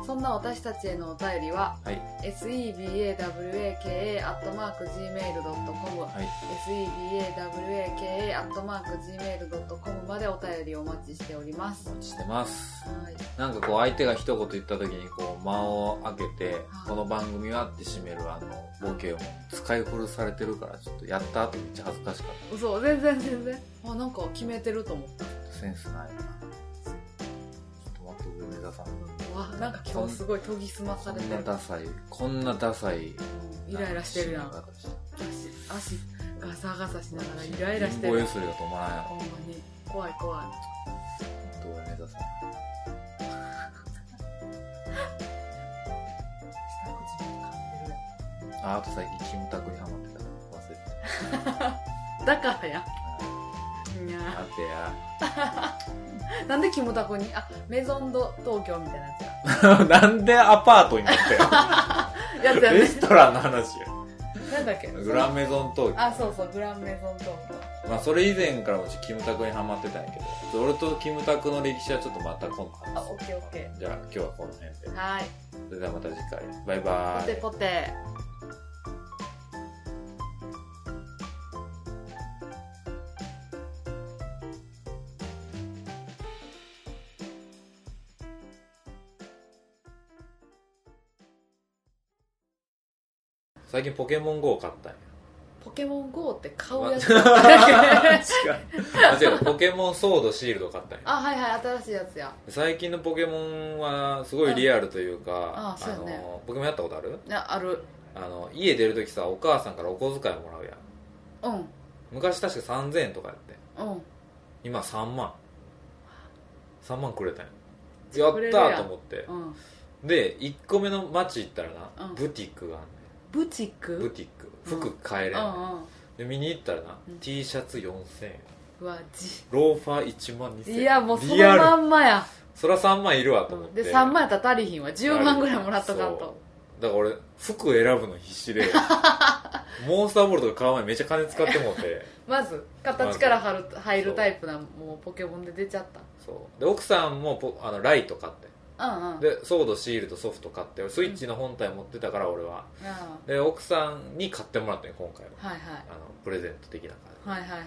Speaker 2: そんな私たちへのお便りは、
Speaker 1: はい
Speaker 2: sebawaka.gmail.com、
Speaker 1: はい
Speaker 2: sebawaka.gmail.com までお便りお待ちしております
Speaker 1: お。待ちしてます。
Speaker 2: はい、
Speaker 1: なんかこう相手が一言言った時にこう間を空けて、
Speaker 2: い
Speaker 1: この番組はって締めるあのボケを使い古されてるからちょっとやった後めっちゃ恥ずかしかっ
Speaker 2: 嘘、全然全然。あ、なんか決めてると思った。
Speaker 1: た。センスないな。ちょっと待って上目指さん。
Speaker 2: うわ、なんか今日すごい研ぎ澄まさ
Speaker 1: こ
Speaker 2: れ
Speaker 1: ん
Speaker 2: て
Speaker 1: な
Speaker 2: る。
Speaker 1: ダサい、こんなダサい。
Speaker 2: イライラしてるやん。
Speaker 1: なん
Speaker 2: 足
Speaker 1: か締め方して、
Speaker 2: 足ガサガサしながらイライラして
Speaker 1: 貧乏ゆ
Speaker 2: る。
Speaker 1: すりが止まらんや
Speaker 2: ほんまに。怖い怖い。
Speaker 1: ろ。どう目指さん。
Speaker 2: 下口も噛んでる。
Speaker 1: あ、あと最近キムタクにハマってたから忘れてた。 [laughs]
Speaker 2: だからや。いや
Speaker 1: あてや。
Speaker 2: なんでキムタクにあ、メゾンド東京みたいなや
Speaker 1: なんでアパートになったよ。
Speaker 2: [laughs]
Speaker 1: [laughs]
Speaker 2: つや。やつや
Speaker 1: レス
Speaker 2: ね。
Speaker 1: トランの話よ。
Speaker 2: なんだっけ
Speaker 1: グランメゾン東京。
Speaker 2: あ、そうそう、グランメゾン東
Speaker 1: まあ、それ以前からうちキムタクにハマってたんやけど、俺とキムタクの歴史はちょっとまた今度話す
Speaker 2: あオッケーオッケー
Speaker 1: じゃあ今日はこの辺で。
Speaker 2: 京。はい。
Speaker 1: それではまた次回。バイバーイ。
Speaker 2: ポテポテ。
Speaker 1: 最近ポケモン GO 買ったんや。
Speaker 2: ポケモン GO って買う
Speaker 1: [laughs]
Speaker 2: やつ。
Speaker 1: 間 [laughs] 違えた。ポケモンソードシールド買ったんや。
Speaker 2: あ、はいはい、新しいやつや。
Speaker 1: 最近のポケモンはすごいリアルというか、
Speaker 2: あそうやね
Speaker 1: の、ポケモンやったことある
Speaker 2: あある。
Speaker 1: あの、家出るときさ、お母さんからお小遣いもらうやん。
Speaker 2: うん、
Speaker 1: 昔確か3000円とかやって。
Speaker 2: うん。
Speaker 1: 今3万。3万くれたんや。や
Speaker 2: 作
Speaker 1: っ
Speaker 2: れる
Speaker 1: た
Speaker 2: やん
Speaker 1: ーと思って。
Speaker 2: うん、
Speaker 1: で、1個目の街行ったらな、
Speaker 2: うん
Speaker 1: ブティックがあんねん。
Speaker 2: ブチック
Speaker 1: ブティック服買えれん、
Speaker 2: うんうん
Speaker 1: で見に行ったらな、
Speaker 2: うん
Speaker 1: T シャツ4000円
Speaker 2: うわじ
Speaker 1: ローファー1万2000円
Speaker 2: いやもうそ
Speaker 1: リ
Speaker 2: の
Speaker 1: アル
Speaker 2: まんまや、
Speaker 1: そら3万いるわと思って、
Speaker 2: で3万やったら足りひんわ10万ぐらいもらっとかん
Speaker 1: そう
Speaker 2: と
Speaker 1: だから俺服選ぶの必死
Speaker 2: [laughs]
Speaker 1: でモンスターボールとか買う前にめっちゃ金使ってもう
Speaker 2: [laughs]
Speaker 1: て
Speaker 2: まず形から入る入るタイプなもうポケモンで出ちゃっ
Speaker 1: そうで奥さんもポあのライト買って
Speaker 2: たうんうん
Speaker 1: でソードシールドソフト買ってスイッチの本体持ってたから俺は
Speaker 2: あ
Speaker 1: で奥さんに買ってもらったんよ今回は
Speaker 2: あはい
Speaker 1: あのプレゼント的な感じ
Speaker 2: はいはいはいはい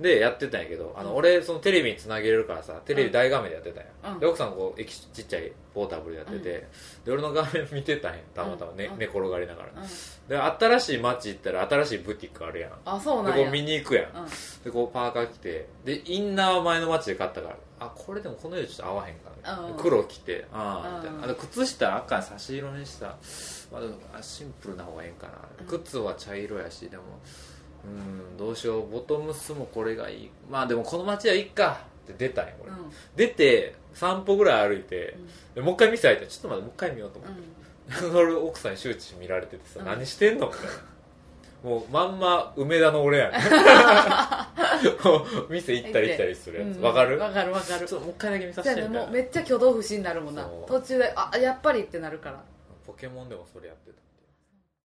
Speaker 1: でやってたんやけどあの、
Speaker 2: うん
Speaker 1: 俺そのテレビにつなげれるからさテレビ大画面でやってたんや、
Speaker 2: うん
Speaker 1: で奥さんこう液ちっちゃいポータブルでやってて、で俺の画面見てたんやたまたま、ね
Speaker 2: うん
Speaker 1: 寝転がりながら、
Speaker 2: はい、うん、
Speaker 1: で新しい街行ったら新しいブティックあるやん
Speaker 2: あそう
Speaker 1: で
Speaker 2: なん
Speaker 1: こ
Speaker 2: や
Speaker 1: う見に行くやん、
Speaker 2: うん
Speaker 1: でこうパーカー着てでインナーは前の街で買ったからあこれでもこの色ちょっと合わへんかな、
Speaker 2: うん
Speaker 1: で黒着てああみたい
Speaker 2: うん
Speaker 1: なあと靴下赤差し色にした、まあ、でもあシンプルな方がええんかな、
Speaker 2: うん
Speaker 1: 靴は茶色やしでもうんどうしようボトムスもこれがいいまあでもこの街はいいかって出たんよこ
Speaker 2: う
Speaker 1: れ、
Speaker 2: ん
Speaker 1: 出て散歩ぐらい歩いてでもう一回店開いたらちょっと待ってもう一回見ようと思って、俺奥さんに周知見られててさ、
Speaker 2: うん
Speaker 1: 何してんのみたいなもうまんま梅田の俺
Speaker 2: [laughs]
Speaker 1: やねんこう店行ったり来たりするやつわ、かる
Speaker 2: わかるわかる
Speaker 1: ちょっともう一回だけ見さ
Speaker 2: じゃ
Speaker 1: せ
Speaker 2: あ
Speaker 1: て
Speaker 2: ね
Speaker 1: みた
Speaker 2: も
Speaker 1: いうな
Speaker 2: めっちゃ挙動不審になるもんな
Speaker 1: そう
Speaker 2: 途中であやっぱりってなるから
Speaker 1: ポケモンでもそれやってた